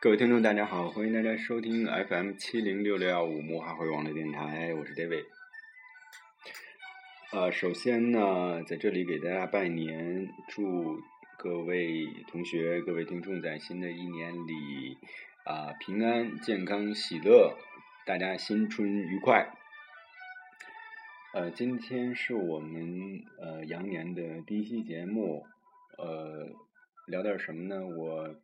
各位听众，大家好，欢迎大家收听 FM 七零六六幺五木花会网络电台，我是 David。呃，首先呢，在这里给大家拜年，祝各位同学、各位听众在新的一年里啊、平安、健康、喜乐，大家新春愉快。呃，今天是我们呃羊年的第一期节目，呃，聊点什么呢？我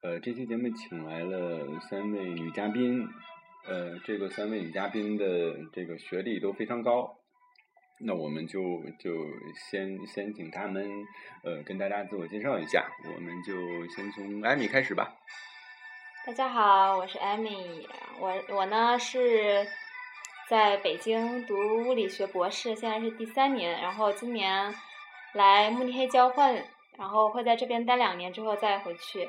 呃这期节目请来了三位女嘉宾，呃，这个三位女嘉宾的这个学历都非常高，那我们就就先先请她们呃跟大家自我介绍一下，我们就先从艾米开始吧。大家好，我是艾米，我我呢是在北京读物理学博士，现在是第三年，然后今年来慕尼黑交换，然后会在这边待两年之后再回去，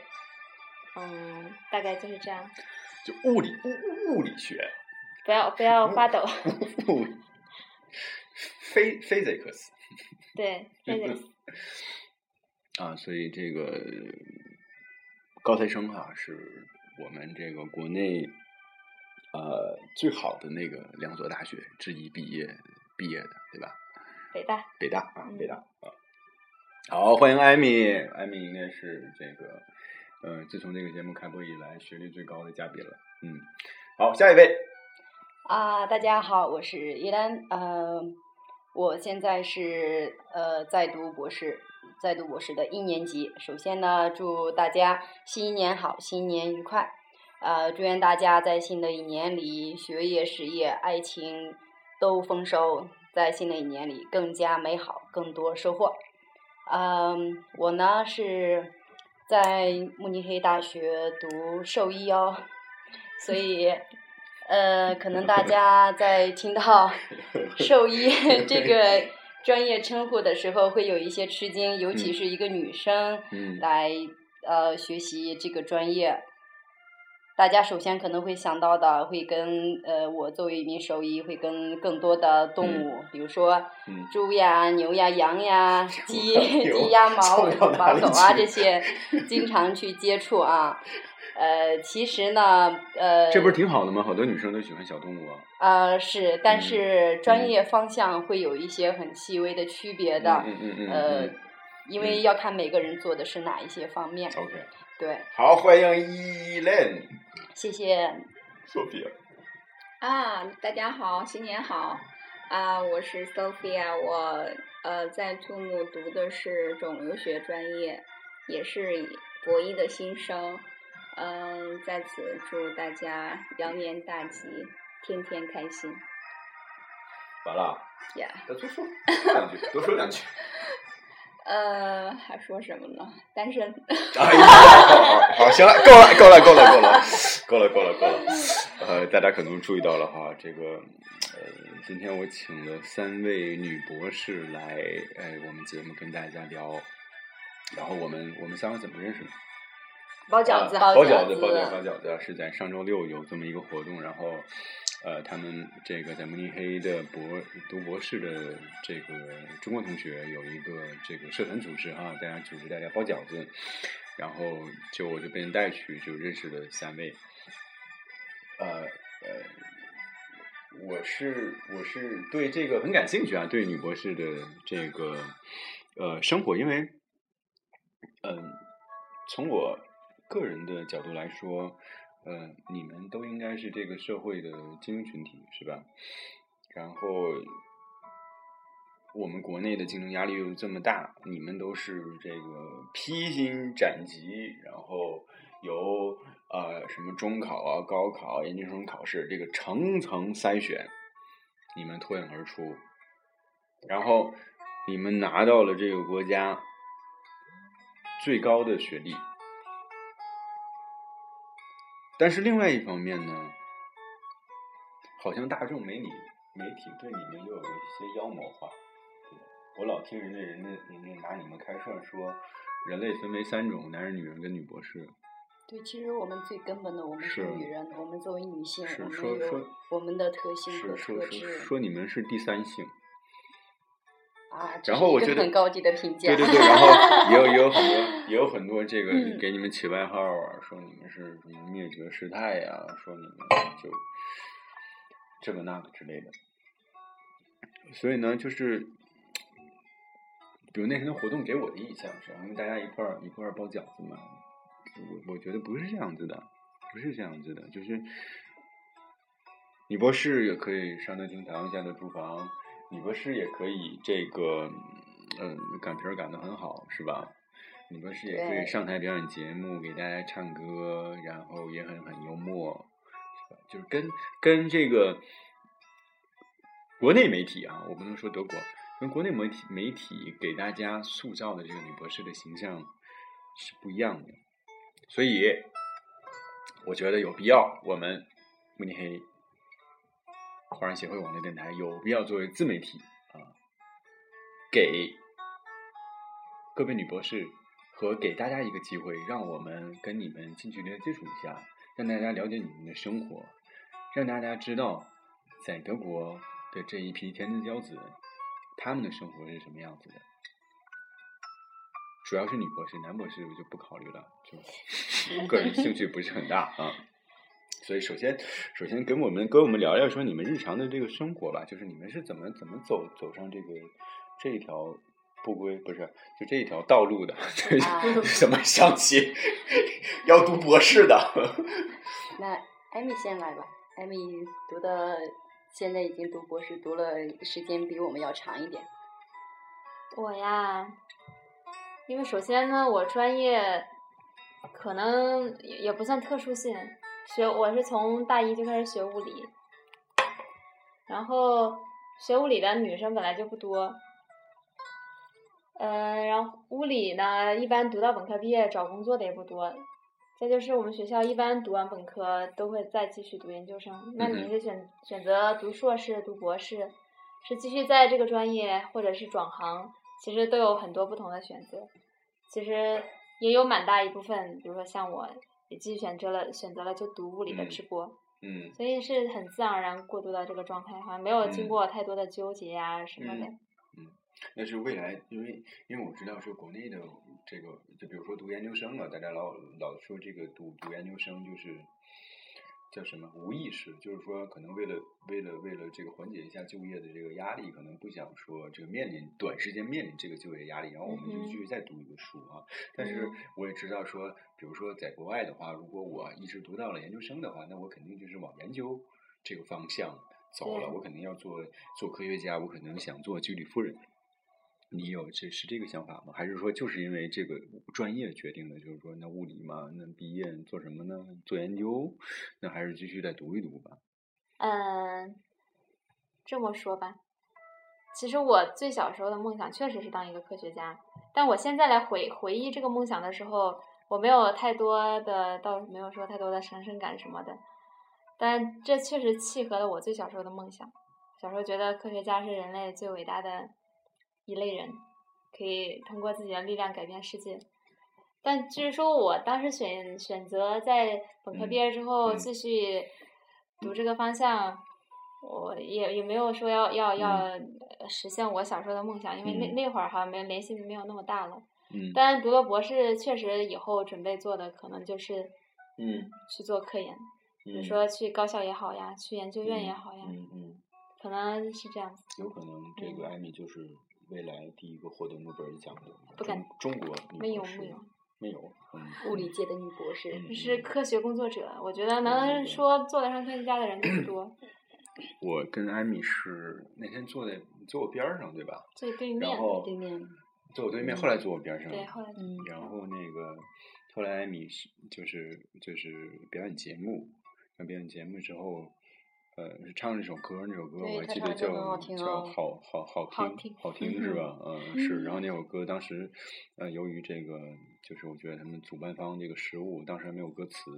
嗯，大概就是这样，就物理物物理学， 不要不要发抖，物理非 physics。对，那个啊，所以这个高材生哈、是我们这个国内呃最好的那个两所大学之一毕业毕业的，对吧？北大，北大啊，嗯北大啊。好，欢迎艾米，艾米应该是这个呃，自从这个节目开播以来学历最高的嘉宾了。嗯，好，下一位，啊，大家好，我是依兰，呃，我现在是呃在读博士，在读博士的一年级。首先呢，祝大家新年好，新年愉快，呃，祝愿大家在新的一年里学业、事业、爱情都丰收，在新的一年里更加美好，更多收获。嗯，我呢是在慕尼黑大学读兽医哦，所以呃，可能大家在听到嗯兽医这个专业称呼的时候，会有一些吃惊，尤其嗯是一个女生嗯来呃学习这个专业。大家首先可能会想到的，会跟呃，我作为一名兽医，会跟更多的动嗯物，比如说嗯，猪呀、牛呀、羊呀、鸡、牛 鸡 呀、毛这到哪毛里狗啊去这些， 经常去接触啊。呃，其实呢，呃，这不是挺好的吗？好多女生都喜欢小动物啊。呃是，但嗯是嗯专业方向会有一些很细微的区别的，嗯嗯嗯嗯呃嗯，哦因为要看每个人做的是哪一些方面。 OK，对，好，欢迎依恋谢谢。作品。啊，大家好，新年好！啊，我是 Sophia，我呃在杜牧读的是肿瘤学专业，也是博一的新生。嗯、在此祝大家羊年大吉，天天开心完了，呀再多说两句，多说两句。呃，还说什么呢？单身。 哎呀，好，好行了，够了，够了，够了，够了，够了，够了，够了。呃，大家可能注意到了哈，这个呃，今天我请了三位女博士来，呃，我们节目跟大家聊。然后我们我们三个怎么认识的？包啊包饺子，包饺子，包饺子是在上周六有这么一个活动，然后，呃，他们这个在慕尼黑的博读博士的这个中国同学有一个这个社团组织哈，大家组织大家包饺子，然后就我就被人带去，就认识了三位，呃呃。我是我是对这个很感兴趣啊，对女博士的这个呃生活，因为嗯，从我个人的角度来说，呃，你们都应该是这个社会的精英群体，是吧？然后，我们国内的竞争压力又这么大，你们都是这个披荆斩棘，然后由呃什么中考啊、高考啊、研究生考试这个层层筛选，你们脱颖而出，然后你们拿到了这个国家最高的学历。但是另外一方面呢，好像大众媒体媒体对你们又有一些妖魔化。对我老听人家人家人家拿你们开涮说，人类分为三种：男人、女人跟女博士。对，其实我们最根本的，我们是是女人，我们作为女性，是我们说有说我们的特性和是说特说质。说你们是第三性，啊，这然是后一我个觉得很高级的评对价，对对，然 后也有也有很多也有很多这个嗯给你们起外号啊，说你们是什么灭绝师太呀、说你们就这个那个之类的。所以呢，就是比如那天的活动给我的印象是，因为大家一块儿一块儿包饺子嘛，我我觉得不是这样子的，不是这样子的，就是女博士也可以上得厅堂，下得厨房，女博士也可以这个，嗯，擀皮儿擀得很好，是吧？女博士也可以对上台表演节目，给大家唱歌，然后也很很幽默，是吧就是跟跟这个国内媒体啊，我不能说德国，跟国内媒体媒体给大家塑造的这个女博士的形象是不一样的，所以我觉得有必要，我们慕尼黑华人协会网络电台有必要作为自媒体啊、给各位女博士和给大家一个机会，让我们跟你们近距离的接触一下，让大家了解你们的生活，让大家知道在德国的这一批天之骄子，他们的生活是什么样子的。主要是女博士，男博士我就不考虑了，就个人兴趣不是很大啊。所以首先，首先跟我们跟我们聊聊说你们日常的这个生活吧，就是你们是怎么怎么走走上这个这一条不归不是就这一条道路的？ 对，啊怎么想起 要读博士的？ 那艾米先来吧，艾米读的现在已经读博士，读了时间比我们要长一点。我呀，因为首先呢，我专业可能也也不算特殊性，学我是从大一就开始学物理，然后学物理的女生本来就不多，呃，然后物理呢，一般读到本科毕业找工作的也不多。再就是我们学校一般读完本科都会再继续读研究生，那嗯你哼是选选择读硕士、读博士，是继续在这个专业，或者是转行，其实都有很多不同的选择。其实也有蛮大一部分，比如说像我，也继续选择了选择了就读物理的嗯直播，嗯所以是很自然而然过渡到这个状态，好像没有嗯经过太多的纠结呀、什么的。但嗯是未来，因为因为我知道说国内的这个，就比如说读研究生啊，大家老老说这个读读研究生就是叫什么无意识，就是说可能为了为了为了这个缓解一下就业的这个压力，可能不想说这个面临短时间面临这个就业压力，然后我们就嗯哼嗯继续再读一个书啊。但是我也知道说，比如说在国外的话，如果我一直读到了研究生的话，那我肯定就是往研究这个方向走了，对我肯定要做做科学家，我可能想做居里夫人。你有这是这个想法吗？还是说就是因为这个专业决定的？就是说，那物理嘛，那毕业做什么呢？做研究，那还是继续再读一读吧。嗯，这么说吧，其实我最小时候的梦想确实是当一个科学家，但我现在来回回忆这个梦想的时候，我没有太多的，倒没有说太多的神圣感什么的，但这确实契合了我最小时候的梦想。小时候觉得科学家是人类最伟大的一类人，可以通过自己的力量改变世界。但至于说我当时选选择在本科嗯毕业之后嗯继续读这个方向，我也也没有说要要要呃实现我小时候的梦想，因为那嗯那会儿好像没联系没有那么大了。嗯但读了博士，确实以后准备做的可能就是嗯，去做科研，比如嗯说去高校也好呀，去研究院也嗯好呀，嗯嗯，可能是这样子。有可能这嗯个艾米就是未来第一个获得诺贝尔奖的不中敢中国女没有博士没有，没有，嗯，物理界的女博士，嗯就是科学工作者，我觉得对对能对说做得上科学家的人 不多，我跟艾米是那天坐在坐我边儿上对吧？最对然面。嗯后对面，坐我对面，后来坐我边儿上，对，后来嗯，然后那个后来艾米是就是就是表演节目，那表演节目之后，呃，是唱了一首歌，那首歌对我还她记唱得的歌叫很好听叫哦好好好好听听好听是吧？嗯，是。然后那首歌当时，呃，由于这个就是我觉得他们主办方这个失误，当时还没有歌词，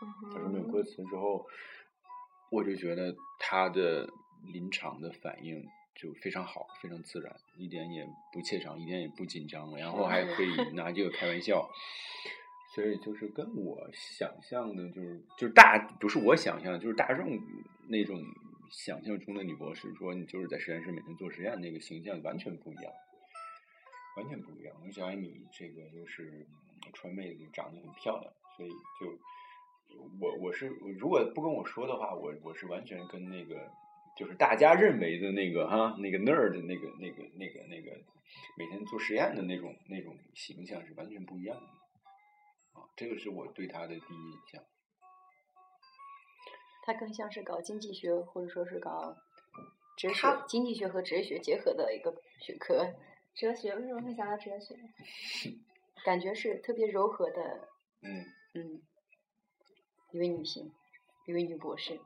嗯嗯他说没有歌词之后，我就觉得他的临场的反应就非常好，非常自然，一点也不怯场，一点也不紧张，然后还可以拿这个开玩笑。所以就是跟我想象的，就是就是大不是我想象的，就是大众那种想象中的女博士说你就是在实验室每天做实验那个形象完全不一样，完全不一样。而且艾米这个又是川妹子，长得很漂亮，所以就我我是我如果不跟我说的话，我我是完全跟那个就是大家认为的那个哈那个 nerd 那个那个那个那个每天做实验的那种那种形象是完全不一样的啊，这个是我对她的第一印象。他更像是搞经济学，或者说是搞哲学他，经济学和哲学结合的一个学科，哲学为什么会想到哲学？感觉是特别柔和的，嗯，嗯，一位女性，一位女博士，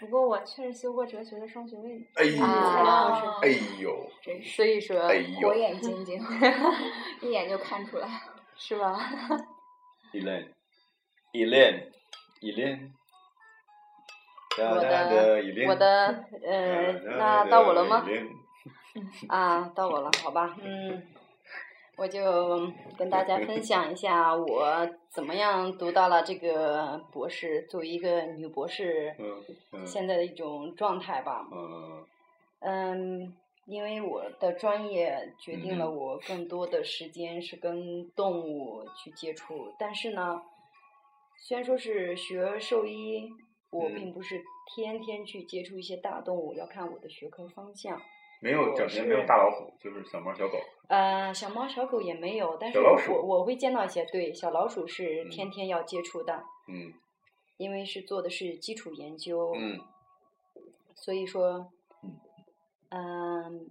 不过我确实修过哲学的双学位，哎呦嗯才当博啊士。哎呦，真是所以说，哎呦火眼金 睛，一眼就看出来。是吧？ Elaine，Elaine，Elaine，我的我的呃，那到我了吗？啊，到我了，好吧，嗯，我就跟大家分享一下我怎么样读到了这个博士，作为一个女博士嗯嗯现在的一种状态吧。嗯嗯，因为我的专业决定了嗯我更多的时间是跟动物去接触，但是呢，虽然说是学兽医，我嗯并不是天天去接触一些大动物，要看我的学科方向。没有整天没有大老虎，就是小猫小狗。呃，小猫小狗也没有，但是小老我鼠我我会见到一些，对，小老鼠是嗯天天要接触的，嗯因为是做的是基础研究，嗯所以说嗯，嗯、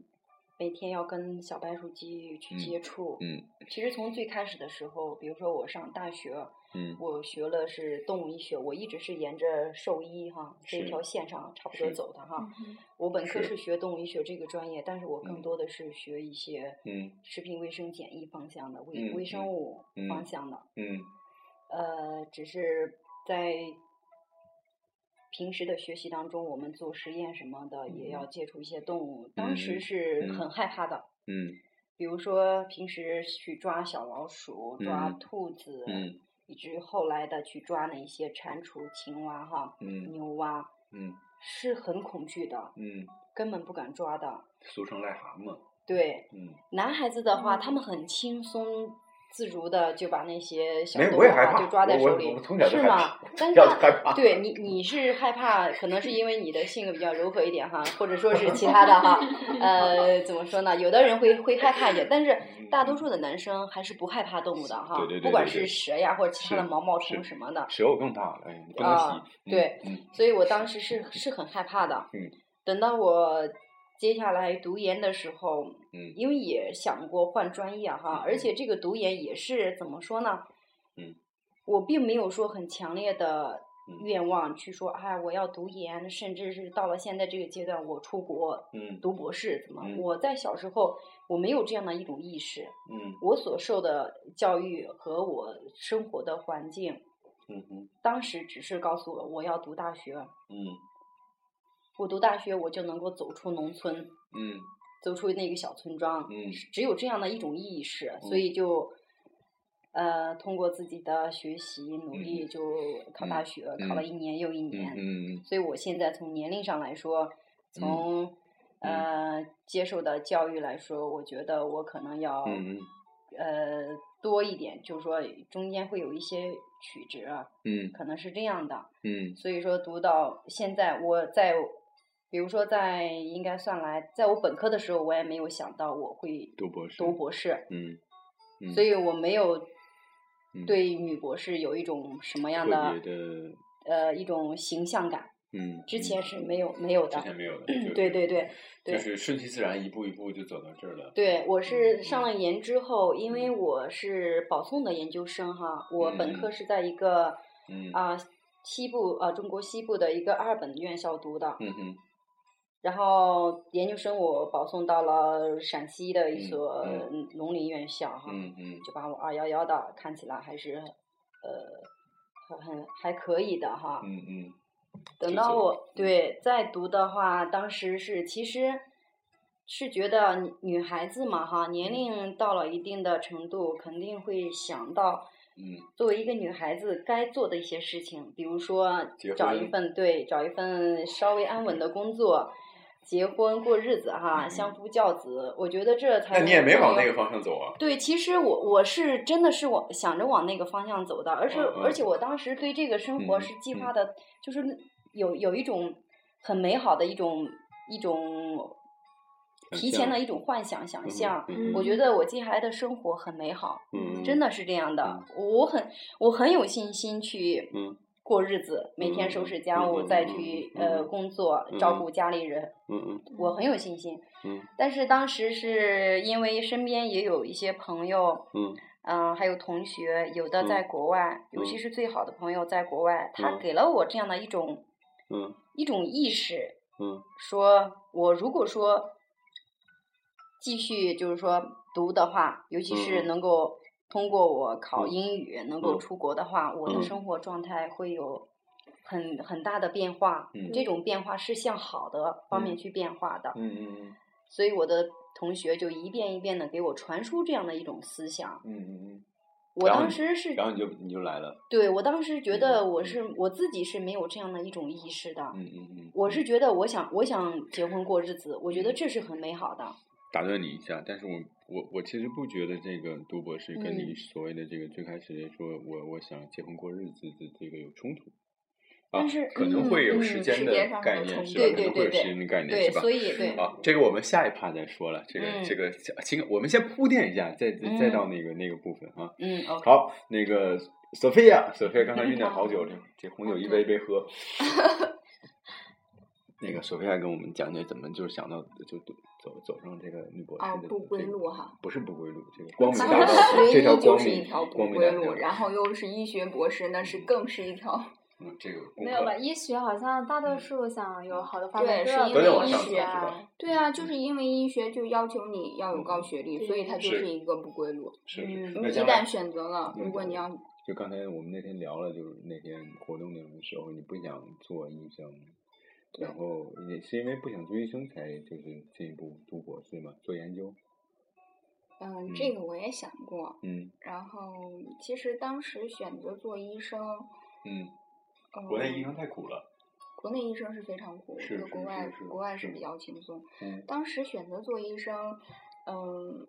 每天要跟小白鼠鸡去嗯接触。嗯其实从最开始的时候，比如说我上大学，嗯我学了是动物医学，我一直是沿着兽医哈这是条线上差不多是走的哈。嗯哼我本科是是学动物医学这个专业，但是我更嗯多的是学一些嗯食品卫生检疫方向的、微嗯微生嗯物方嗯向的。嗯呃，只是在平时的学习当中，我们做实验什么的也要接触一些动物，当时嗯是嗯很害怕的。嗯比如说平时去抓小老鼠、抓嗯兔子，嗯以至后来的去抓那些蟾蜍、青蛙、哈、嗯牛蛙，嗯是很恐惧的，嗯，根本不敢抓的。俗称癞蛤蟆。对，嗯，男孩子的话，嗯他们很轻松。自如的就把那些小没有动物我也害啊怕就抓在我我手里我从小，就是害吗怕？但是 要他害怕。对你，你是害怕，可能是因为你的性格比较柔和一点哈，或者说是其他的 哈，呃，怎么说呢？有的人会会害怕一点，但是大多数的男生还是不害怕动物的哈，嗯对对对不管对对是蛇呀或者其他的是毛毛虫是什么的，蛇我更怕了，哎，你不能呃提。嗯所以我当时是是很害怕的。嗯等到我接下来读研的时候，嗯因为也想过换专业嗯哈，而且这个读研也是怎么说呢？嗯，我并没有说很强烈的嗯愿望去说，哎，我要读研，甚至是到了现在这个阶段，我出国嗯读博士，怎么？嗯我在小时候我没有这样的一种意识，嗯我所受的教育和我生活的环境，嗯嗯当时只是告诉我我要读大学，嗯我读大学，我就能够走出农村，嗯走出那个小村庄。嗯只有这样的一种意识，所以就，呃，通过自己的学习努力，嗯就考大学，考了一年又一年。嗯所以我现在从年龄上来说，从、呃接受的教育来说，我觉得我可能要、嗯呃多一点，就是说中间会有一些曲折，嗯可能是这样的。嗯所以说读到现在，我在，比如说在应该算来，在我本科的时候，我也没有想到我会读博士读博士，嗯嗯，所以我没有嗯对女博士有一种什么样特的别的呃一种形象感，嗯，之前是没有没有之的。前没有的，嗯对对对对，对就是顺其自然，一步一步就走到这儿了。对我是上了嗯研之后，因为嗯我是保送的研究生哈，我本科嗯是在一个嗯啊、西部啊、中国西部的一个二本院校读的，嗯哼然后研究生我保送到了陕西的一嗯所嗯农林院校哈，嗯嗯就把我二幺幺的看起来还是呃很很还可以的哈。嗯嗯等就到走我对再读的话，当时是其实是觉得嗯女女孩子嘛哈，年龄到了一定的程度，肯定会想到嗯，作为一个女孩子该做的一些事情，比如说结找婚一份对找一份稍微安稳的工作，结婚过日子哈，嗯相夫教子，我觉得这才那你也没往那个方。方向走啊？对，其实我我是真的是往想着往那个方向走的，而是、嗯嗯而且我当时对这个生活嗯是计嗯划的，就是有有一种很美好的一种一种想提前象的一种幻想想象。嗯我觉得我接下来的生活很美好，嗯，真的，的是这样的。我很我很有信心去嗯过日子，每天收拾家务，嗯嗯再嗯去、嗯呃嗯工作，照顾家里人，嗯嗯我很有信心。嗯但是当时是因为身边也有一些朋友，嗯嗯、还有同学，有的在嗯国外，尤嗯其是最好的朋友在国外，他嗯给了我这样的一种嗯一种意识，嗯说我如果说继续就是说读的话，尤其是嗯能够通过我考嗯英语、能够嗯出国的话，我的嗯生活状态会有很很大的变化。嗯这种变化是向好的方面嗯去变化的，嗯所以我的同学就一遍一遍的给我传输这样的一种思想。嗯嗯我然后当你时是嗯，然后你就你就来了，对我当时觉得我嗯是我自己是没有这样的一种意识的。嗯嗯嗯，我是觉得我想我想结婚过日子，我觉得这是很美好的。打断你一下，但是我我我其实不觉得这个读博士跟你嗯所谓的这个最开始说我我想结婚过日子的这个有冲突。啊但是，可能会有时嗯嗯间时的间上概的念冲是突吧？对可对能会对有时间的对概念对，是吧？所以对嗯，啊，这个我们下一趴再说了。这个、这个情感，我们先铺垫一下，再再嗯到那个、那个部分啊。嗯，OK，好，那个 Sophia，Sophia 刚才酝酿好久，这这红酒一杯一杯 喝。那个 Sophia 跟我们讲解怎么就是想到就走走上这个女博士哦的、这个不归路哈，不是不归路，这个光明他 大道，这学条医就光是一明条不光明归大路，道。然后又是医学博士，那是更是一条。嗯，这个功没有课吧？医学好像大多数想有好的发展，对是因都得为往医上走，学是啊吧？对啊，就是嗯因为医学就要求你要有高学历，对所以它就是是一个不归路。是是嗯。那你一将来旦选择了，嗯如果你要就刚才我们那天聊了，就是那天活动内容的时候，你不想做医生，然后也是因为不想做医生才就是进一步读博士嘛，做研究。嗯，这个我也想过。嗯然后其实当时选择做医生，嗯，嗯，国内医生太苦了。国内医生是非常苦，是是跟国外是是国外是是比较轻松。嗯当时选择做医生，嗯，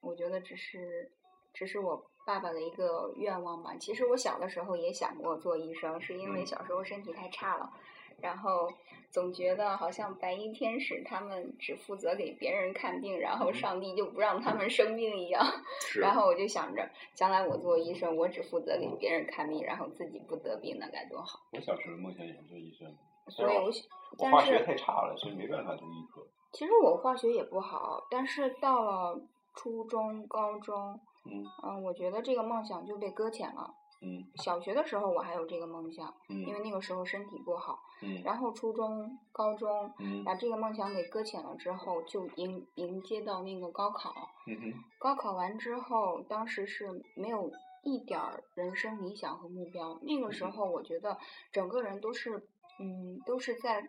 我觉得只是只是我爸爸的一个愿望吧。其实我小的时候也想过做医生，是因为嗯小时候身体太差了，然后总觉得好像白衣天使他们只负责给别人看病，然后嗯上帝就不让他们生病一样。 是然后我就想着，将来我做医生，我只负责给别人看病，然后自己不得病，那该多好。我小时候梦想也是做医生，所以我想，哦我但化学是太差了，所以没办法读医科。其实我化学也不好，但是到了初中、高中，嗯嗯，我觉得这个梦想就被搁浅了。嗯小学的时候我还有这个梦想，因为嗯那个时候身体不好，嗯然后初中、高中嗯把这个梦想给搁浅了之后，就迎迎接到那个高考。嗯高考完之后，当时是没有一点儿人生理想和目标。那个时嗯候，我觉得整个人都是，嗯，都是在，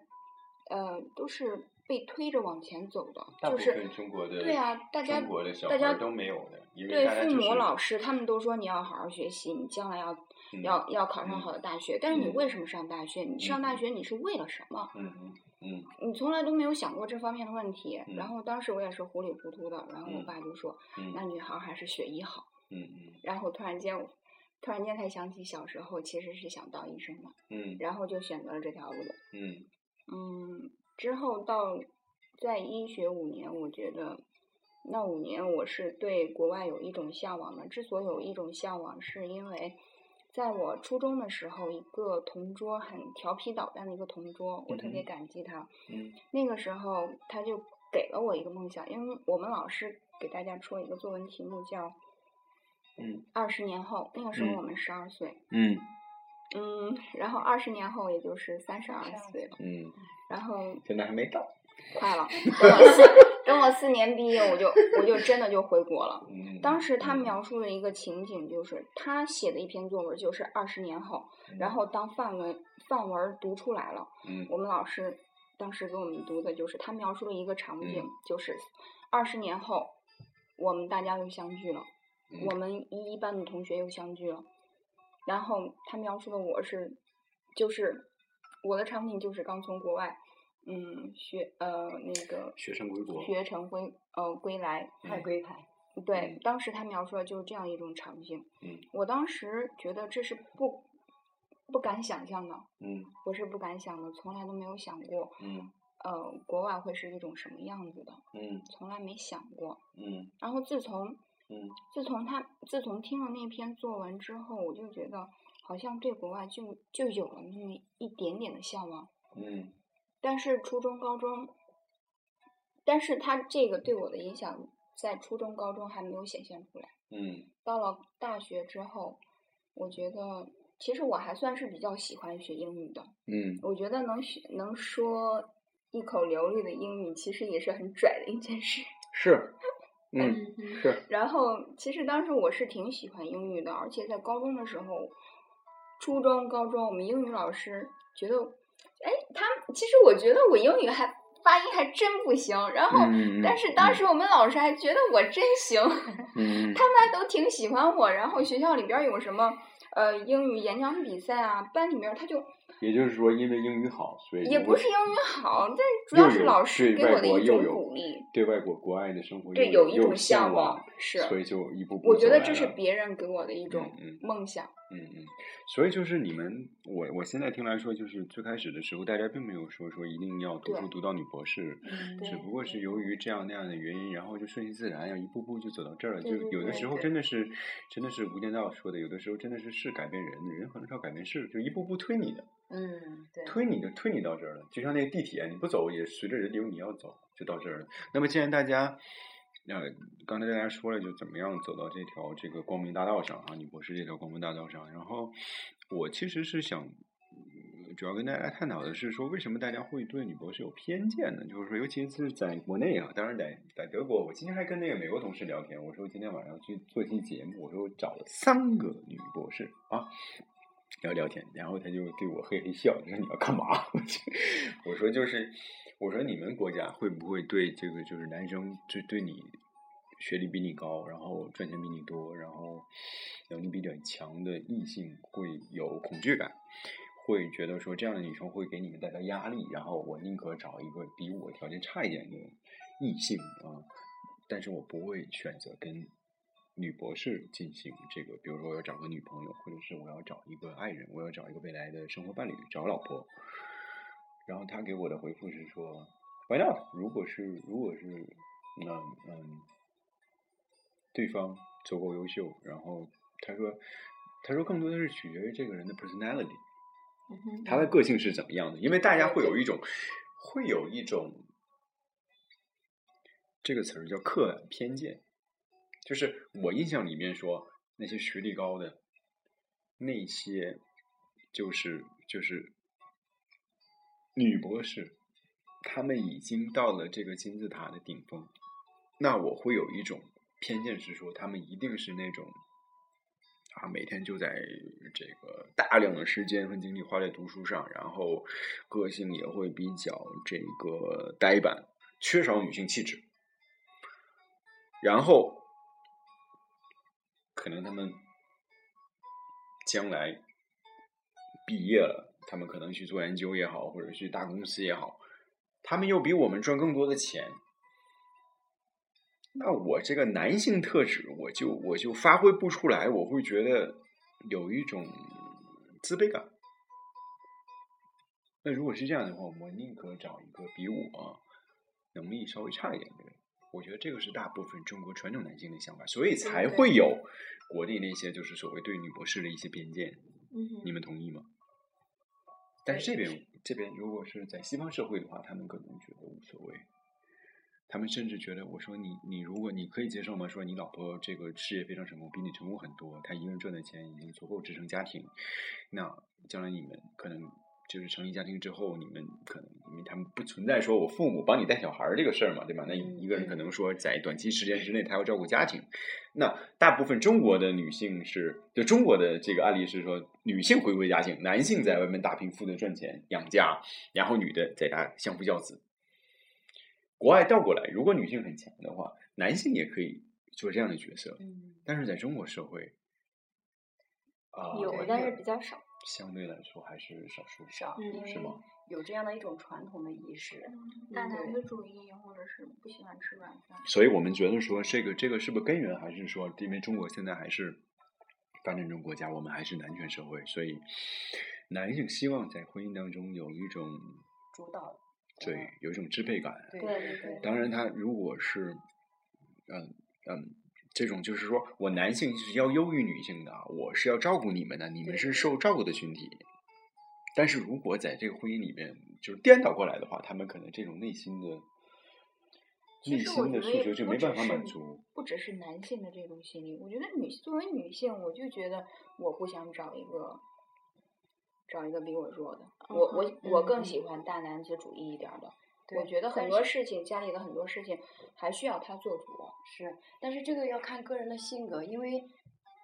呃，都是被推着往前走的，大就部是分中国的对啊大家中国的小大孩家儿都没有的，因为对大家父就是母、老师，他们都说你要好好学习，你将来要、嗯要要考嗯上好的大学。但是你嗯为什么上大学？你上大嗯学你是为了什么？嗯嗯嗯你从来都没有想过这方面的问题。嗯然后当时我也是糊里糊涂的，然后我嗯爸就说：“嗯那女孩儿还是学医好。”嗯然后突然间我，突然间才想起小时候其实是想当医生的，嗯然后就选择了这条路了。嗯嗯，之后到在医学五年，我觉得那五年我是对国外有一种向往的。之所以有一种向往，是因为在我初中的时候，一个同桌很调皮捣蛋的一个同桌，我特别嗯哼感激他。嗯那个时候他就给了我一个梦想，因为我们老师给大家出了一个作文题目叫嗯二十年后，那个时候嗯我们十二岁，嗯嗯，然后二十年后也就是三十二岁了，嗯，然后现在还没到。快了，等我四等我四年毕业，我就我就真的就回国了。嗯当时他描述了一个情景，就是他写的一篇作文，就是二十年后，然后当范文范文读出来了，嗯我们老师当时给我们读的就是他描述了一个场景嗯，就是二十年后我们大家又相聚了。嗯我们一班的同学又相聚了。然后他描述的我是，就是我的场景就是刚从国外，嗯，学呃那个学生归国学成归呃归来，太龟派，对嗯，当时他描述的就是这样一种场景。嗯我当时觉得这是不不敢想象的，嗯我是不敢想的，从来都没有想过，嗯呃，国外会是一种什么样子的，嗯从来没想过。嗯然后自从嗯自从他自从听了那篇作文之后，我就觉得好像对国外就就有了那么一点点的向往。嗯但是初中、高中，但是他这个对我的影响在初中、高中还没有显现出来。嗯到了大学之后，我觉得其实我还算是比较喜欢学英语的。嗯，我觉得能学能说一口流利的英语，其实也是很拽的一件事。是，嗯嗯哼是，然后，其实当时我是挺喜欢英语的，而且在高中的时候，初中、高中，我们英语老师觉得，哎，他其实我觉得我英语还发音还真不行，然后，嗯但是当时我们老师还觉得我真行。嗯嗯他们还都挺喜欢我。然后学校里边儿有什么呃英语演讲比赛啊，班里面儿他就也就是说，因为英语好，所以也就不会是英语好，但主嗯要又是有老师对给外我的国一又种有鼓励，对外国国外的生活对，又有一又种向往，往。是，所以就一步步我觉走得来这是了别人给我的一种嗯梦想。嗯嗯，所以就是你们，我我现在听来说，就是最开始的时候，大家并没有说说一定要读对书读到女博士，对只不过是由于这样那样的原因，然后就顺其自然呀，一步步就走到这儿了。就对对有的对时候对真的是，真的是吴建道说的，有的时候真的是事改变人，人很少改变事，就一步步推你的，嗯，对，推你的，推你到这儿了。就像那个地铁，你不走也随着人流你要走，就到这儿了。那么既然大家。呃，刚才大家说了，就怎么样走到这条这个光明大道上啊，女博士这条光明大道上。然后我其实是想，嗯主要跟大家探讨的是说，为什么大家会对女博士有偏见呢？就是说，尤其是在国内啊，当然在在德国，我今天还跟那个美国同事聊天，我说今天晚上去做期节目，我说我找了三个女博士啊。聊聊天，然后他就对我嘿嘿笑，他说你要干嘛？ 我就我说就是，我说你们国家会不会对这个就是男生就对你学历比你高，然后赚钱比你多，然后能力比较强的异性会有恐惧感，会觉得说这样的女生会给你们带来压力，然后我宁可找一个比我条件差一点的异性啊，但是我不会选择跟女博士进行这个，比如说我要找个女朋友，或者是我要找一个爱人，我要找一个未来的生活伴侣，找老婆。然后他给我的回复是说，Why not？如果是如果是那嗯，对方足够优秀，然后他说他说更多的是取决于这个人的 personality，嗯哼他的个性是怎么样的？因为大家会有一种，会有一种，这个词儿叫刻板偏见，就是我印象里面说那些学历高的，那些就是就是女博士，她们已经到了这个金字塔的顶峰，那我会有一种偏见是说她们一定是那种。啊，每天就在这个大量的时间和精力花在读书上，然后个性也会比较这个呆板，缺少女性气质。然后，可能他们将来毕业了，他们可能去做研究也好，或者去大公司也好，他们又比我们赚更多的钱。那我这个男性特质，我就我就发挥不出来，我会觉得有一种自卑感。那如果是这样的话，我宁可找一个比我能力稍微差一点的人。我觉得这个是大部分中国传统男性的想法，所以才对会有国内那些就是所谓对女博士的一些偏见。嗯哼你们同意吗？但是这边这边如果是在西方社会的话，他们可能觉得无所谓，他们甚至觉得我说你你如果你可以接受吗？说你老婆这个事业非常成功，比你成功很多，她一个人赚的钱已经足够支撑家庭，那将来你们可能。就是成立家庭之后，你们可能因为他们不存在说我父母帮你带小孩儿这个事儿嘛，对吧？那嗯一个人可能说在短期时间之内他要照顾家庭，那大部分中国的女性是，就中国的这个案例是说，女性回归家庭，男性在外面打拼，负责赚钱养家，然后女的在家相夫教子。国外倒过来，如果女性很强的话，男性也可以做这样的角色，嗯，但是在中国社会，啊、嗯有，但是比较少。嗯相对来说还是少数，少，因是吗为啊有这样的一种传统的仪式。大男对子主义或者是不喜欢吃软饭。所以我们觉得说这个这个是不是根源，还是说因为中国现在还是发展中国家，我们还是男权社会，所以男性希望在婚姻当中有一种主导。对有一种支配感。对对对对当然，他如果是嗯嗯这种，就是说我男性是要优于女性的，啊我是要照顾你们的，你们是受照顾的群体。但是如果在这个婚姻里面就是颠倒过来的话，他们可能这种内心的其内实我心觉的得诉也求就不没只办法是满足。不只是男性的这种心理，我觉得女作为女性，我就觉得我不想找一个找一个比我弱的，我我我更喜欢大男子主义一点儿的。我觉得很多事情，家里的很多事情还需要他做主。是，但是这个要看个人的性格，因为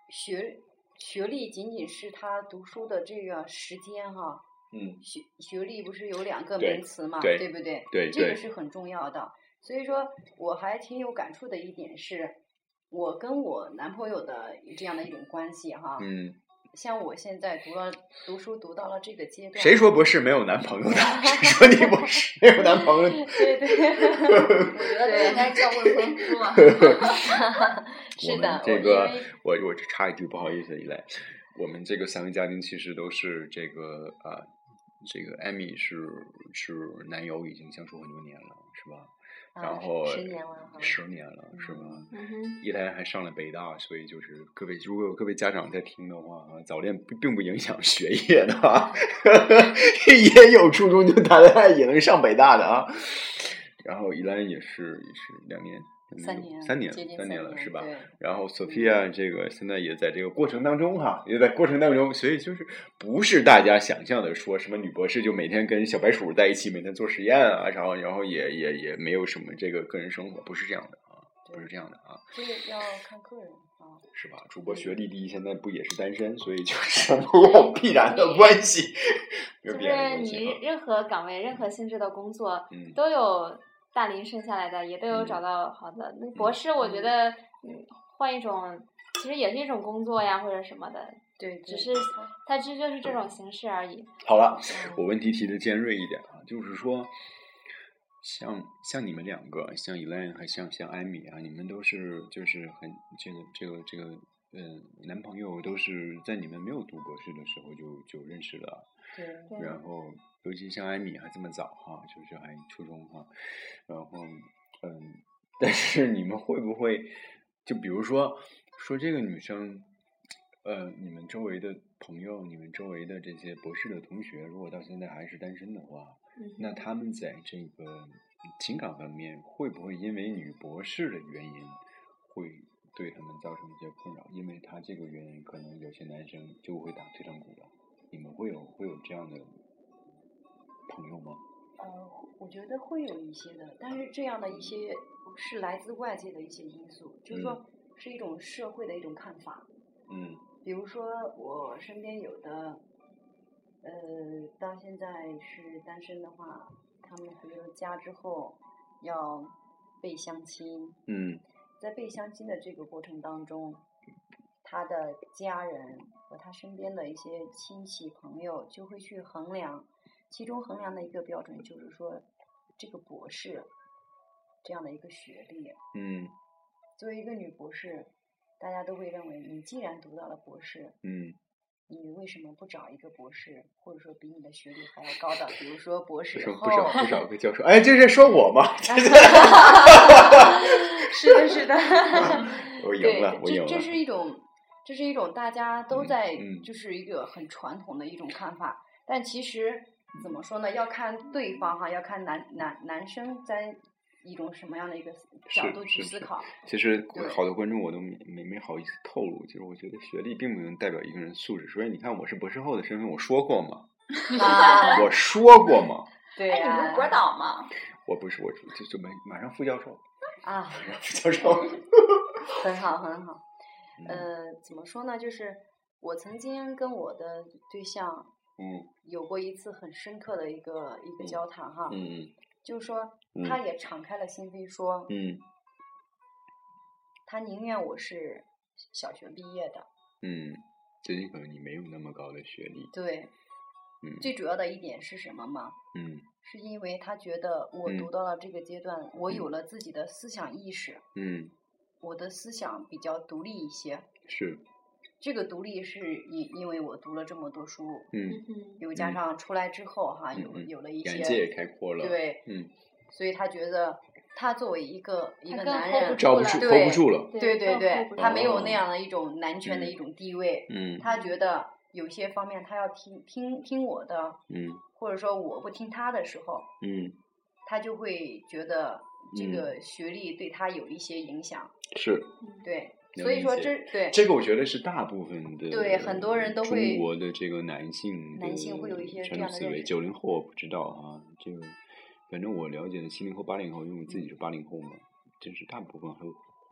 学学历仅仅是他读书的这个时间哈、嗯，学学历不是有两个对名词嘛，对不对？对这对个是很重要的。所以说，我还挺有感触的一点是，我跟我男朋友的这样的一种关系啊哈。嗯，像我现在读了读书读到了这个阶段，谁说博士没有男朋友的？ 谁说你博士没有男朋友的？对对，我觉得对应 该叫未婚夫啊。我是们的，这我个因为我我插一句，不好意思，依赖，我们这个三个嘉宾其实都是这个啊、这个艾米是是男友，已经相处很多年了，是吧？啊然后十年了哈十年了是吧？嗯哼，一来还上了北大，所以就是各位，如果有各位家长在听的话啊，早恋并并不影响学业的啊， 也有初中就谈恋爱也能上北大的啊。然后一来也是也是两年，嗯三年，三年，接近三三年了是吧？对然后 Sophia 这个现在也在这个过程当中哈，也在过程当中，所以就是不是大家想象的说什么女博士就每天跟小白鼠在一起，每天做实验啊，然后然后也也也没有什么这个个人生活，不是这样的啊，不是这样的啊，这个要看个人啊。是吧？主播学历第一，现在不也是单身，所以就是 没有必然的关系， 没就有必然的关是系啊你任何岗位、任何性质的工作嗯都有大龄剩下来的，也都有找嗯到好的。那博士，我觉得嗯，换一种其实也是一种工作呀，或者什么的， 对，只对是它只就是这种形式而已。好了，我问题提的尖锐一点啊，就是说，像像你们两个，像 Elaine 还像像艾米啊，你们都是就是很这个这个这个呃男朋友都是在你们没有读博士的时候就就认识啊了，对对然后尤其像艾米还这么早哈，就是还初中哈，然后嗯，但是你们会不会就比如说说这个女生，呃，你们周围的朋友，你们周围的这些博士的同学，如果到现在还是单身的话，嗯哼那他们在这个情感方面会不会因为女博士的原因会？对他们造成一些困扰，因为他这个原因，可能有些男生就会打退堂鼓了。你们会有会有这样的朋友吗？呃，我觉得会有一些的，但是这样的一些是来自外界的一些因素，就是说是一种社会的一种看法。嗯比如说我身边有的，呃，到现在是单身的话，他们回了家之后要被相亲，嗯在被相亲的这个过程当中，他的家人和他身边的一些亲戚朋友就会去衡量，其中衡量的一个标准就是说，这个博士这样的一个学历，嗯作为一个女博士，大家都会认为你既然读到了博士，嗯你为什么不找一个博士，或者说比你的学历还要高的，比如说博不士少后不？少不少个教授，哎，这是说我吗？ 是的，是的。 我赢对，了，我赢这了。这是一种，这是一种大家都嗯在，嗯就是一个很传统的一种看法。但其实嗯怎么说呢？要看对方哈，要看男男男生在一种什么样的一个角是度去是思是 考。其实对好多观众我都没没没好意思透露，其实我觉得学历并不能代表一个人素质。所以你看，我是博士后的身份，我说过吗？ 啊，我说过吗？ 对哎，你不呀是国、导吗？我不是，我就就没马上副教授，啊，啊，马上副教授。很好，很好。嗯 呃，怎么说呢？就是我曾经跟我的对象嗯有过一次很深刻的一个一嗯个交谈哈，嗯就是说嗯他也敞开了心扉说，嗯他宁愿我是小学毕业的。嗯，最近可能你没有那么高的学历，对，嗯最主要的一点是什么嘛？嗯是因为他觉得我嗯读到了这个阶段，我有嗯了自己的思想意识，嗯，我的思想比较独立一些。是，这个独立是因因为我读了这么多书，嗯，嗯又加嗯上出来之后哈，有嗯嗯有了一眼界些也开阔了，，对，嗯，所以他觉得他作为一个一他个更男 hold 人，招不住出， hold 对不住了，对对更 hold 对不，他没有哦那样的一种男权的嗯一种地位，嗯他觉得有些方面他要听听听我的，嗯或者说我不听他的时候，嗯，他就会觉得这嗯个学历对他有一些影响，是，对，能所以理说解这对这个我觉得是大部分的对很多人都会中国的这个男性男性会有一些这传样统的思认维。识九零后我不知道啊，这个反正我了解的七零后、八零后，因为我自己是八零后嘛，真是大部分还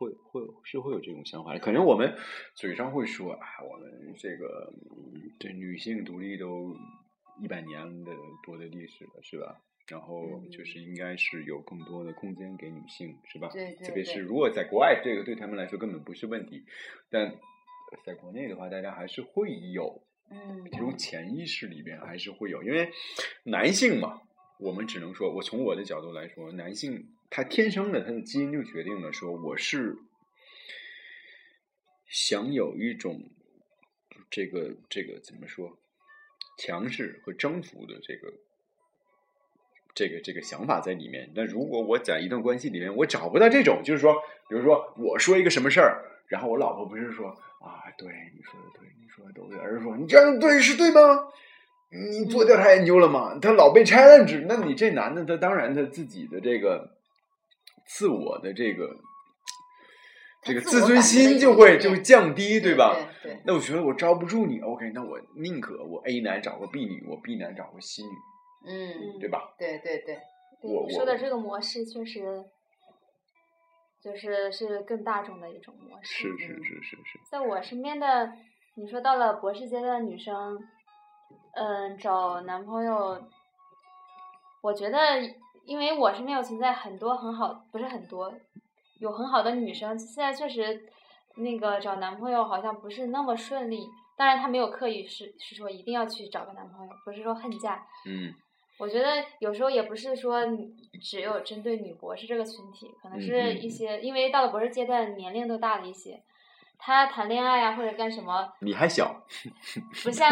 会会是会有这种想法的。可能我们嘴上会说啊，我们这个嗯对女性独立都一百年的多的历史了，是吧？然后嗯就是应该是有更多的空间给女性，是吧？对对特别对是如果在国外，这个对他们来说根本不是问题，但在国内的话，大家还是会有嗯这种潜意识里边还是会有，因为男性嘛，我们只能说，我从我的角度来说，男性他天生的他的基因就决定了说我是享有一种这个这个怎么说强势和征服的这个这个这个想法在里面。那如果我在一段关系里面，我找不到这种，就是说，比如说我说一个什么事儿，然后我老婆不是说啊，对，你说的对，你说的都对，而是说你这样对是对吗？你做调查研究了吗？他老被 challenge，那你这男的他当然他自己的这个自我的这个他这个自自我尊感觉的心一就个会层就面降低，对吧？？对对那我觉得我招不住你，OK，那我宁可我 A 男找个 B 女，我 B 男找个 C 女，嗯，对吧？对对对，对我你我说的这个模式确实，就是是更大众的一种模式。是是嗯是是是，在我身边的，你说到了博士阶段的女生，嗯，找男朋友，我觉得，因为我身边有存在很多很好，不是很多，有很好的女生，现在确实那个找男朋友好像不是那么顺利。当然，她没有刻意是是说一定要去找个男朋友，不是说恨嫁，嗯我觉得有时候也不是说你只有针对女博士这个群体，可能是嗯嗯一嗯些，因为到了博士阶段年龄都大了一些，他谈恋爱啊或者干什么，你还小，不 像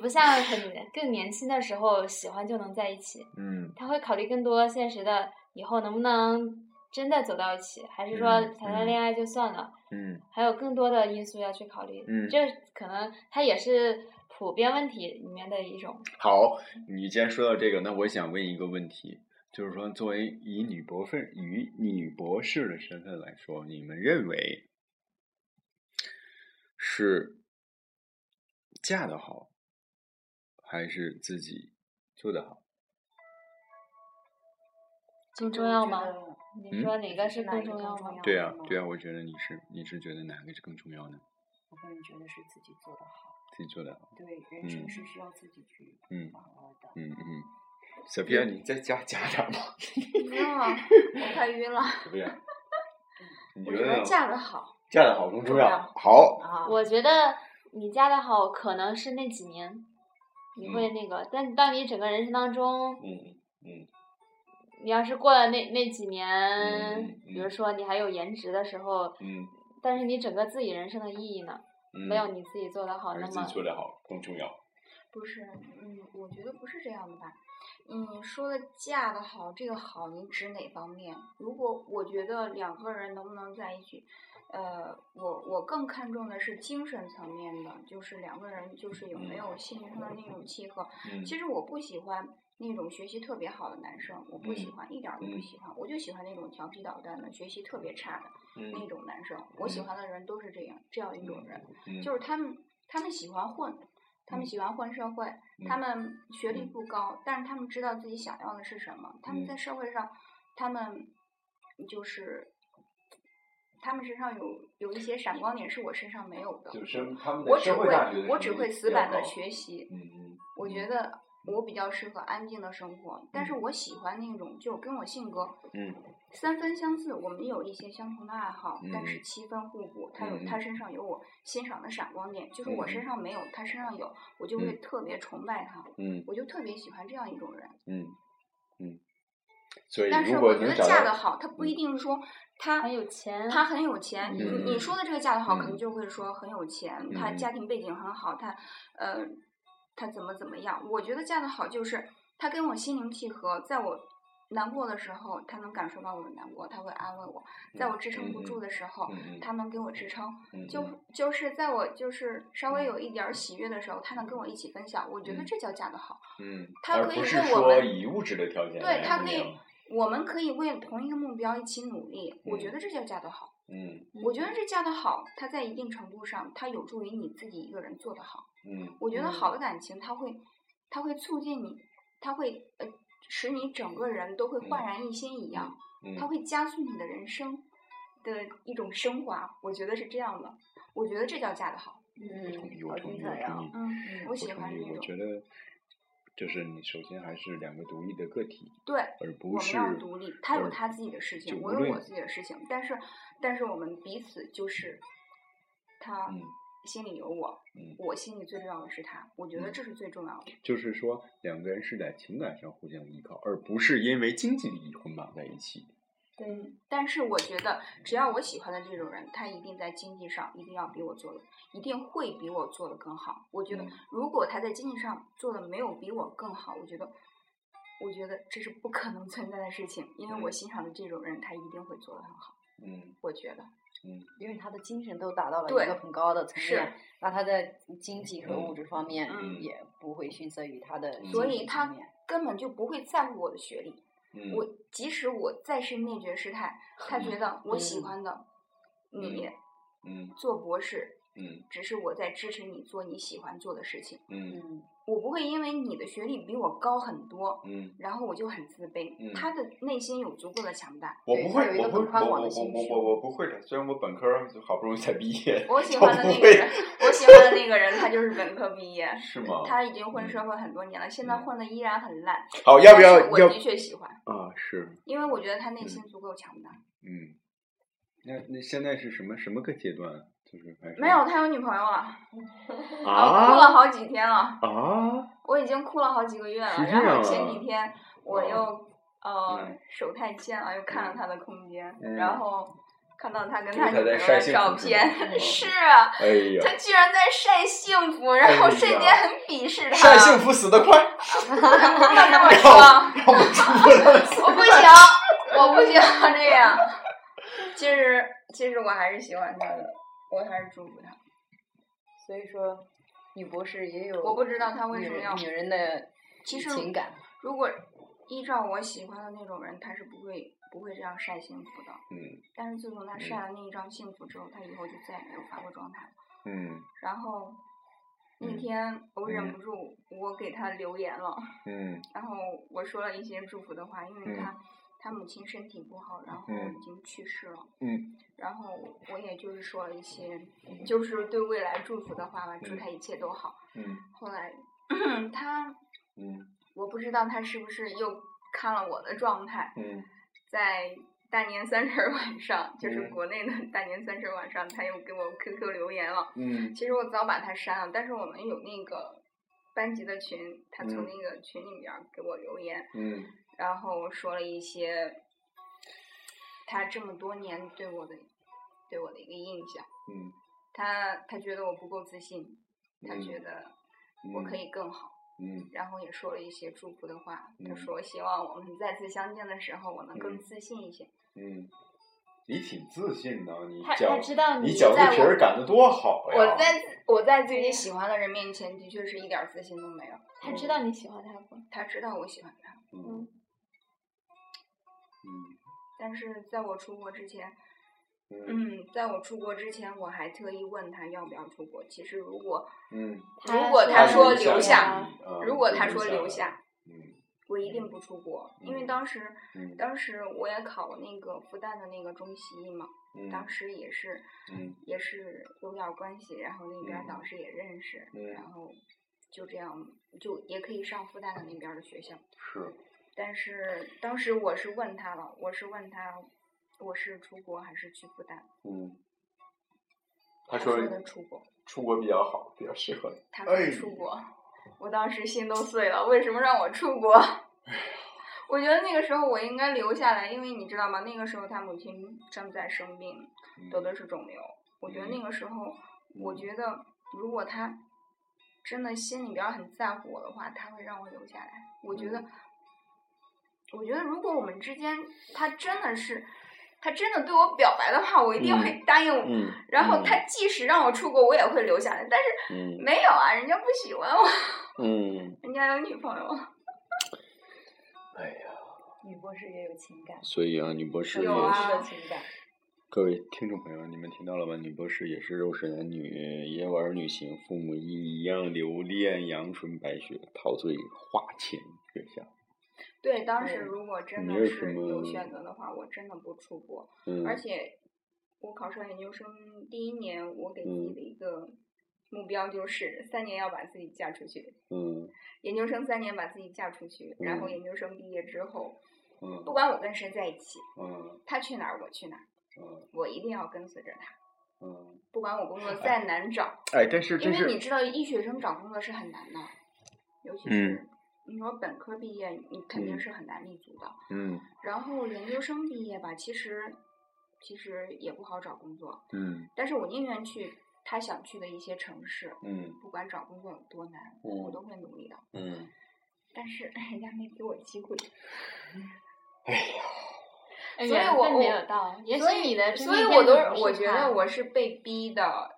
不像很更年轻的时候喜欢就能在一起，嗯他会考虑更多现实的以后能不能真的走到一起，还是说嗯谈了嗯恋爱就算了。嗯还有更多的因素要去考虑，嗯这可能它也是普遍问题里面的一种。好，你既然说到这个，那我想问一个问题，就是说，作为以女博士、以女博士的身份来说，你们认为是嫁的好，还是自己做的好？更这重我要觉吗得？你嗯说哪个是哪更一个重更要重吗？要对啊，对啊。啊，我觉得你是你是觉得哪个是更重要呢？我个人觉得是自己做的好，自己做的好，对，人生嗯是需要自己去嗯把握的。嗯嗯。小皮亚，你再加加点儿吧， 没有啊，我快晕了。小皮亚，你我觉觉得得呢嫁得好嫁的好更重重要要？好，啊，我觉得你嫁的好，可能是那几年你会那个，但当你整个人生当中，嗯嗯你要是过了那那几年，嗯嗯比如说你还有颜值的时候，嗯但是你整个自己人生的意义呢，嗯，没有你自己做的好，还那是自么己做的好更重要。不是，嗯，我觉得不是这样的吧。嗯，说的嫁得好，这个好你指哪方面？如果我觉得两个人能不能在一起，呃，我我更看重的是精神层面的，就是两个人就是有没有心灵上的那种契合。嗯其实我不喜欢那种学习特别好的男生，我不喜嗯欢，一点儿都不嗯喜欢。我就喜欢那种调皮捣蛋的，学习特别差的那嗯种男生。我喜嗯欢的人都是这样这样一种人。嗯就是他们他们喜欢混，他们嗯喜欢混社会，他嗯们学历嗯不高，但是他们知道自己想要的是什么，他们在嗯社会上，他们就是。他们身上有有一些闪光点是我身上没有的，嗯就是他们我的只社会会价值，我只会死板的学习。习，嗯嗯，我觉得我比较适合安静的生活，但是我喜欢那种就是跟我性格嗯三分相似，我们有一些相同的爱好，但是嗯七分互补。他有嗯他身上有我欣赏的闪光点，就是我身嗯上没有，他身上有，我就会嗯特别崇拜他，嗯我就特别喜欢这样一种人。嗯嗯，所以但是如我果觉得能找嫁得到，好，他不一定说他很有钱他很有钱。你嗯你嗯说的这个嫁得好，可嗯能就会说很有钱，他嗯家庭背景很好，他呃他怎么怎么样？我觉得嫁得好就是他跟我心灵契合，在我难过的时候，他能感受到我的难过，他会安慰我；在我支撑不嗯嗯住的时候，嗯他能给我支撑。嗯就嗯就是在我就是稍微嗯有一点儿喜悦的时候，他能跟我一起分享，我觉得嗯这叫嫁得好。嗯，他而可以不是为我说们以物质的条件对来他衡可以量，我们可以为同一个目标一起努力，我觉嗯得这叫嫁得好。嗯我觉得这嫁得好，它在一定程度上，它有助于你自己一个人做得好。嗯我觉得嗯好的感情，它会，它会促进你，它会呃，使你整个人都会焕嗯然一新一样，嗯它会加速你的人生的一种升华。我觉得是这样的，我觉得这叫嫁得好。嗯同意，我好同精意，我彩呀、同意。嗯，我我喜欢同这意，我种。觉得就是你首先还是两个独立的个体，对，而我不们是要独立，他有而他自己的事就情，无我有我论自己的事情，但是但是我们彼此就是，他嗯心里有我，嗯，我心里最重要的是他，我觉得嗯这是最重要的。就是说两个人是在情感上互相依靠，而不是因为经济利益捆绑在一起。对，但是我觉得只要我喜欢的这种人，他一定在经济上一定要比我做的，一定会比我做的更好。我觉得嗯如果他在经济上做的没有比我更好，我觉得。我觉得这是不可能存在的事情，因为我嗯欣赏的这种人，他一定会做得很好。嗯我觉得，因为他的精神都达到了对一个很高的层是面，那他在经济和嗯物质方面嗯也不会逊色于他的精所以神他方面根本就不会在乎我的学历。嗯，我即使我再是内卷师太，他觉得我喜嗯欢的你嗯做博士，嗯只是我在支持你做你喜欢做的事情。嗯嗯我不会因为你的学历比我高很多，嗯，然后我就很自卑。嗯他的内心有足够的强大。我对不他会有，一我个不会，我更宽我广我的心我胸我我不会的。虽然我本科儿就好不容易才毕 业，我喜我欢的不那个会人，我喜欢的那个人，他就是本科毕业， 是吗？他已经混嗯社会很多年了，现在嗯混的依然很烂。好，要不但要是我要的确喜欢，啊？是，因为我觉得他内嗯心足够强大。嗯，那那现在是什么什么个阶段？就是还是没有，他有女朋友了，我哭了啊好几天了。啊我已经哭了好几个月了，是这然样后前啊几天我哇又呃嗯手太欠了，又看了他的空间，嗯然后看到他就跟是他他女朋在友晒的幸照福是片吗，嗯 是啊，哎呀，他居然在晒幸福，哎然后呀瞬间很鄙视他，晒幸福死得快，不能这么然后说，让我出来。我不行，我不行这样，其实其实我还是喜欢他的，我还是祝福他，所以说，女博士也有我不知道他为女什么人要女人的其实情感，如果依照我喜欢的那种人，他是不会不会这样晒幸福的。嗯但是自从他嗯晒了那一张幸福之后，他以后就再也没有发过状态了。嗯然后那嗯天我忍嗯不住，我给他留言了，嗯然后我说了一些祝福的话，因为嗯他、他母亲身体不好，然后嗯已经去世了。嗯然后我也就是说了一些嗯，就是对未来祝福的话吧，祝嗯他一切都好。嗯后来 他，嗯我不知道他是不是又看了我的状态，嗯在大年三十儿晚上，就是嗯国内的大年三十儿晚上，他又给我 QQ 留言了。嗯其实我早把他删了，但是我们有那个班级的群，他从嗯那个群里边儿给我留言，嗯然后说了一些他这么多年对我的对我的一个印象。嗯，他他觉得我不够自信，他觉嗯得我可以更好。嗯然后也说了一些祝福的话，他嗯说希望我们再次相见的时候，我能更嗯自信一些。嗯，你挺自信的，你他脚他知道你你脚在肚皮儿我，擀的多好呀！我在自我在自己喜欢的人面前，的确是一点儿自信都没有。他知道你喜欢他不？他知道我喜欢他，嗯嗯但是在我出国之前，嗯嗯，在我出国之前，我还特意问他要不要出国。其实如果嗯，如果是他喜说欢留你下的，你，啊如果他留说留下，嗯我一定不出国，因为嗯当时嗯当时我也考那个复旦的那个中西医嘛，嗯当时也是嗯也是有点儿关系，然后那边儿嗯导师也认识，嗯然后就这样就也可以上复旦的那边儿的学校。是但是当时我是问他了，我是问他，我是出国还是去复旦？嗯，他他说的出国，出国比较好，比较适合你。他说哎出国，我当时心都碎了，为什么让我出国？ 我觉得那个时候我应该留下来，因为你知道吗？那个时候他母亲正在生病，得的是肿瘤。我觉得那个时候，我觉得如果他真的心里边儿很在乎我的话，他会让我留下来。我觉得，我觉得如果我们之间他真的是，他真的对我表白的话，我一定会答应我。嗯，然后他即使让我出国，我也会留下来。但是嗯没有啊，人家不喜欢我，嗯，人家有女朋友。 哎呀，女博士也有情感，所以啊，女博士也有啊是。的情感。各位听众朋友，你们听到了吧？女博士也是肉食男女，也玩旅行，父母一样留恋阳春白雪，陶醉花前月下。对，当对时如果真你的为什是有么选择的话，我真的不出国。嗯，而且我考上研究生第一年，我给自己嗯的一个目标就是三年要把自己嫁出去，嗯研究生三年把自己嫁出去，然后嗯研究生毕业之后，嗯不管我跟谁在一起，嗯他去哪儿我去哪儿，嗯我一定要跟随着他，嗯。不管我工作再难找，哎，但是这因为你是知道医学生找工作是很难的，尤其是你说本科毕业，你肯定嗯是很难立足的。嗯然后研究生毕业吧，其实其实也不好找工作，嗯但是我宁愿去他想去的一些城市，嗯不管找工作有多难，我嗯都会努力的。嗯，但是 人家没给我机会，所所以我没我有到，也所许以你的真所以命我天都子不我是觉他得我是被逼的，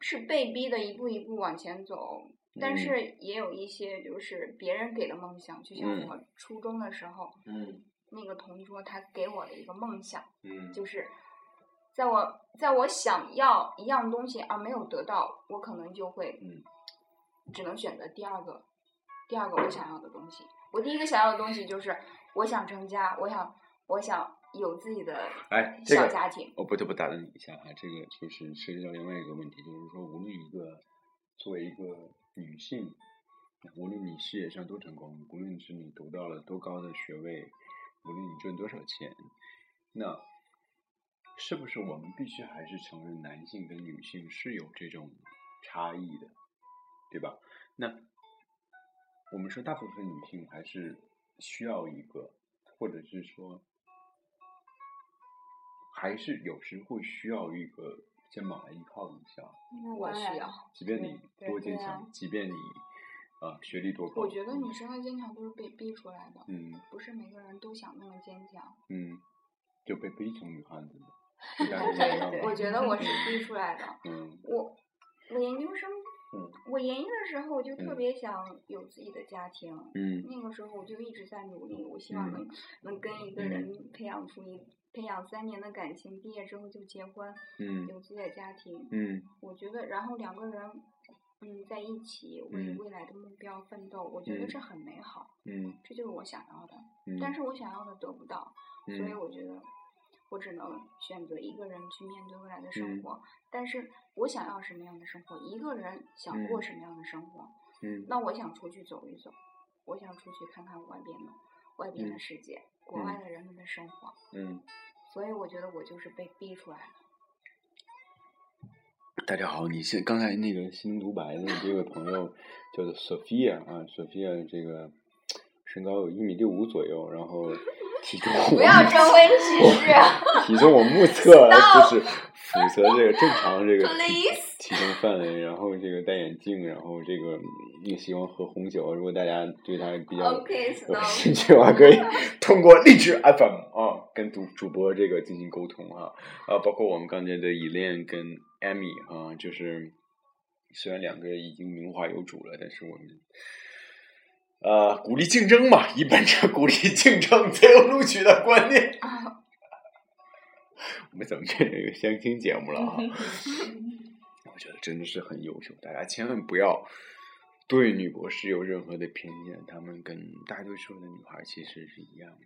是被逼的一步一步往前走。但嗯是也有一些就是别人给的梦想，就像嗯我初中的时候，嗯那个同桌他给我的一个梦想。嗯就是在我在我想要一样东西而没有得到，我可能就会嗯只能选择第二个第二个我想要的东西。我第一个想要的东西就是我想成家，我想我想有自己的哎这小个家庭。我不得不打断你一下哈，这个就是涉及到另外一个问题，就是说，无论一个作为一个女性，无论你事业上多成功，无论是你读到了多高的学位，无论你赚多少钱，那是不是我们必须还是承认男性跟女性是有这种差异的，对吧？那我们说，大部分女性还是需要一个，或者是说，还是有时会需要一个肩膀来依靠一下。我需要，即便对你对多对坚啊强，即便你啊、学历多高，我觉得女生的坚强都是被逼出来的，嗯不是每个人都想那么坚强。嗯就被逼成女汉子了， 就大概这样吧对我觉得我是逼出来的。 嗯我我研究生，嗯我研一的时候我就特嗯别想有自己的家庭，嗯那个时候我就一直在努力，我希望嗯能、能跟一个人培养出一培养三年的感情，毕业之后就结婚，嗯有自己的家庭。嗯我觉得，然后两个人嗯在一起为嗯未来的目标奋斗，我觉得嗯这很美好，嗯这就是我想要的。嗯，但是我想要的得不到，所以嗯我觉得我只能选择一个人去面对未来的嗯生活。但是我想要什么样的生活，一个人想过嗯什么样的生活，嗯那我想出去走一走，我想出去看看外边的外边嗯的世界，国外的人们的生活。嗯，所以我觉得我就是被逼出来的。大家好，你现刚才那个心灵独白的这位朋友叫做 Sophia 啊，Sophia 这个身高有一米六五左右，然后体 重我目婚喜事 体重我目测就是符合这个正常这个体 Please 体重范围，然后这个戴眼镜，然后这个嗯也喜欢喝红酒。如果大家对他比较 OK，有 Snow 兴趣的话，可以通过荔枝 FM 啊跟主主播这个进行沟通啊啊，包括我们刚才的以恋跟 Amy 啊，就是虽然两个人已经名花有主了，但是我们。呃，鼓励竞争嘛，以本着鼓励竞争择优录取的观念， 我们怎么变成一个相亲节目了啊？我觉得真的是很优秀，大家千万不要对女博士有任何的偏见，她们跟大多数的女孩其实是一样的。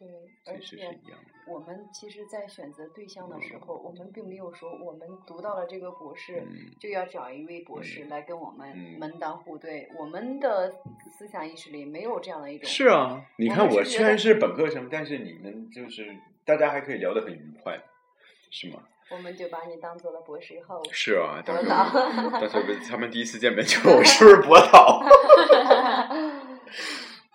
对，其而实是且一样的。我们其实，在选择对象的时候，我们并没有说我们读到了这个博士，嗯就要找一位博士嗯来跟我们嗯门当户对。我们的思想意识里没有这样的一种。是啊，你我看们我是虽觉然得是本科生，但是你们就是大家还可以聊得很愉快，是吗？我们就把你当做了博士以后，是啊，当博时导我当时 我们他们第一次见面就问 我是不是博导，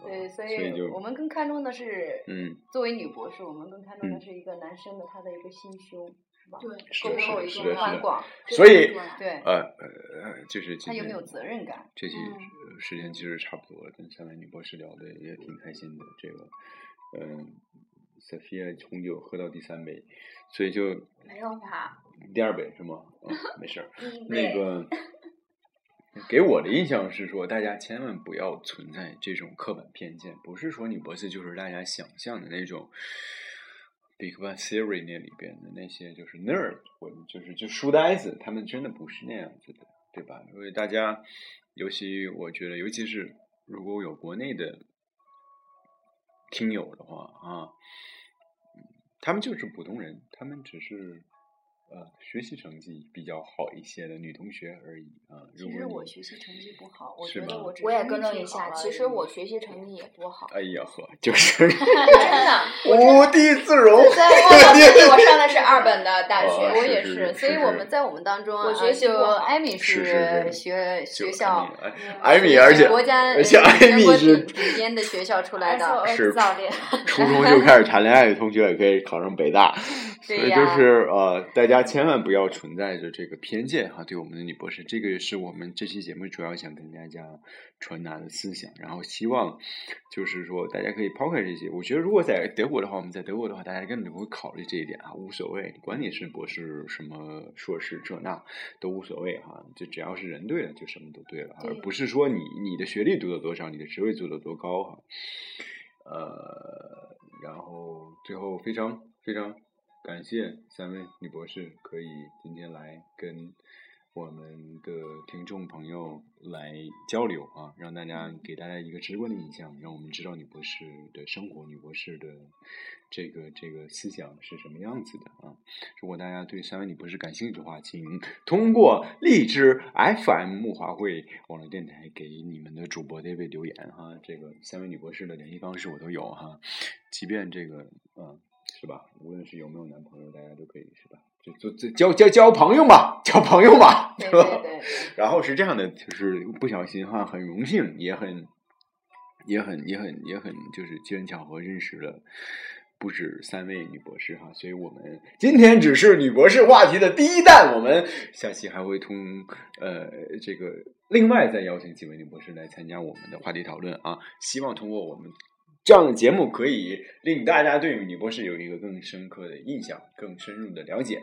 对，所所以以就我们更看重的是，嗯，作为女博士，我们更看重的嗯是一个男生的他的一个心胸，是吧？对，是够的不是够的一是个的是宽的广？所以对，呃呃呃，就是今他有没天有责任感？这期嗯呃时间其实差不多了，跟三位女博士聊的也挺开心的。这个，嗯，Sophia 红酒喝到第三杯，所以就没有吧？第二杯是吗？嗯，没 事儿。第一那位个给我的印象是说，大家千万不要存在这种刻板偏见，不是说女博士就是大家想象的那种。Big Bang Theory 那里边的那些就是 nerd，或者就是就书呆子，他们真的不是那样子的，对吧？因为大家，尤其我觉得，尤其是如果有国内的听友的话啊，他们就是普通人，他们只是呃学习成绩比较好一些的女同学而已啊。如果其实你我学习成绩不好，我是觉得吗我只我也是更运正气一好下，了其而实已我学习成绩也不好，哎呀呵，就是 真的。无地自容。 在我自己，我上的是二本的大哦学，我也是是，是所以是我是们在我们当中啊，我学习就不好艾米是是是学就学校，艾米哎艾米，是而且国家而且呃艾全米国是顶顶尖的学校出来而且我的，儿是子早 恋，初中就开始谈恋爱的同学也可以考上北 大，所对以呀，就是呃，大家千万不要存在着这个偏见哈，对我们的女博士，这个是我们这期节目主要想跟大家传达的思想。然后希望就是说大家可以抛开这些，我觉得如果在德国的话，我们在德国的话，大家根本不会考虑这一点啊，无所谓，管你是博士什么硕士这那都无所谓哈，就只要是人对了，就什么都对了，而对不是说你你的学历读了多少，你的职位读了多高哈。呃，然后最后非常非常感谢三位女博士可以今天来跟我们的听众朋友来交流啊，让大家给大家一个直观的印象，让我们知道女博士的生活，女博士的这个这个思想是什么样子的啊。如果大家对三位女博士感兴趣的话，请通过荔枝 FM 木华会网络电台给你们的主播 David 留言哈。这个三位女博士的联系方式我都有哈，即便这个嗯是吧，无论是有没有男朋友，大家都可以是吧，就就就交交交朋友嘛，交朋友嘛， 对吧对对，然后是这样的，就是不小心哈，很荣幸，也很，也很，也很，也很，就是机缘巧合认识了不止三位女博士哈，所以我们今天只是女博士话题的第一弹，我们下期还会通呃这个另外再邀请几位女博士来参加我们的话题讨论啊，希望通过我们。这样的节目可以令大家对女博士有一个更深刻的印象、更深入的了解。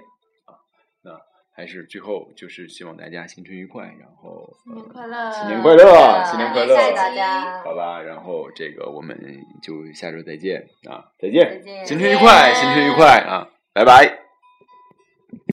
还是最后就是希望大家新春愉快，然后呃新年新年快快乐乐，新年呃啊快下乐，期大家，好吧，然后这个我们就下周再见啊，再见，再见新春愉快，再见新春愉快啊，拜拜。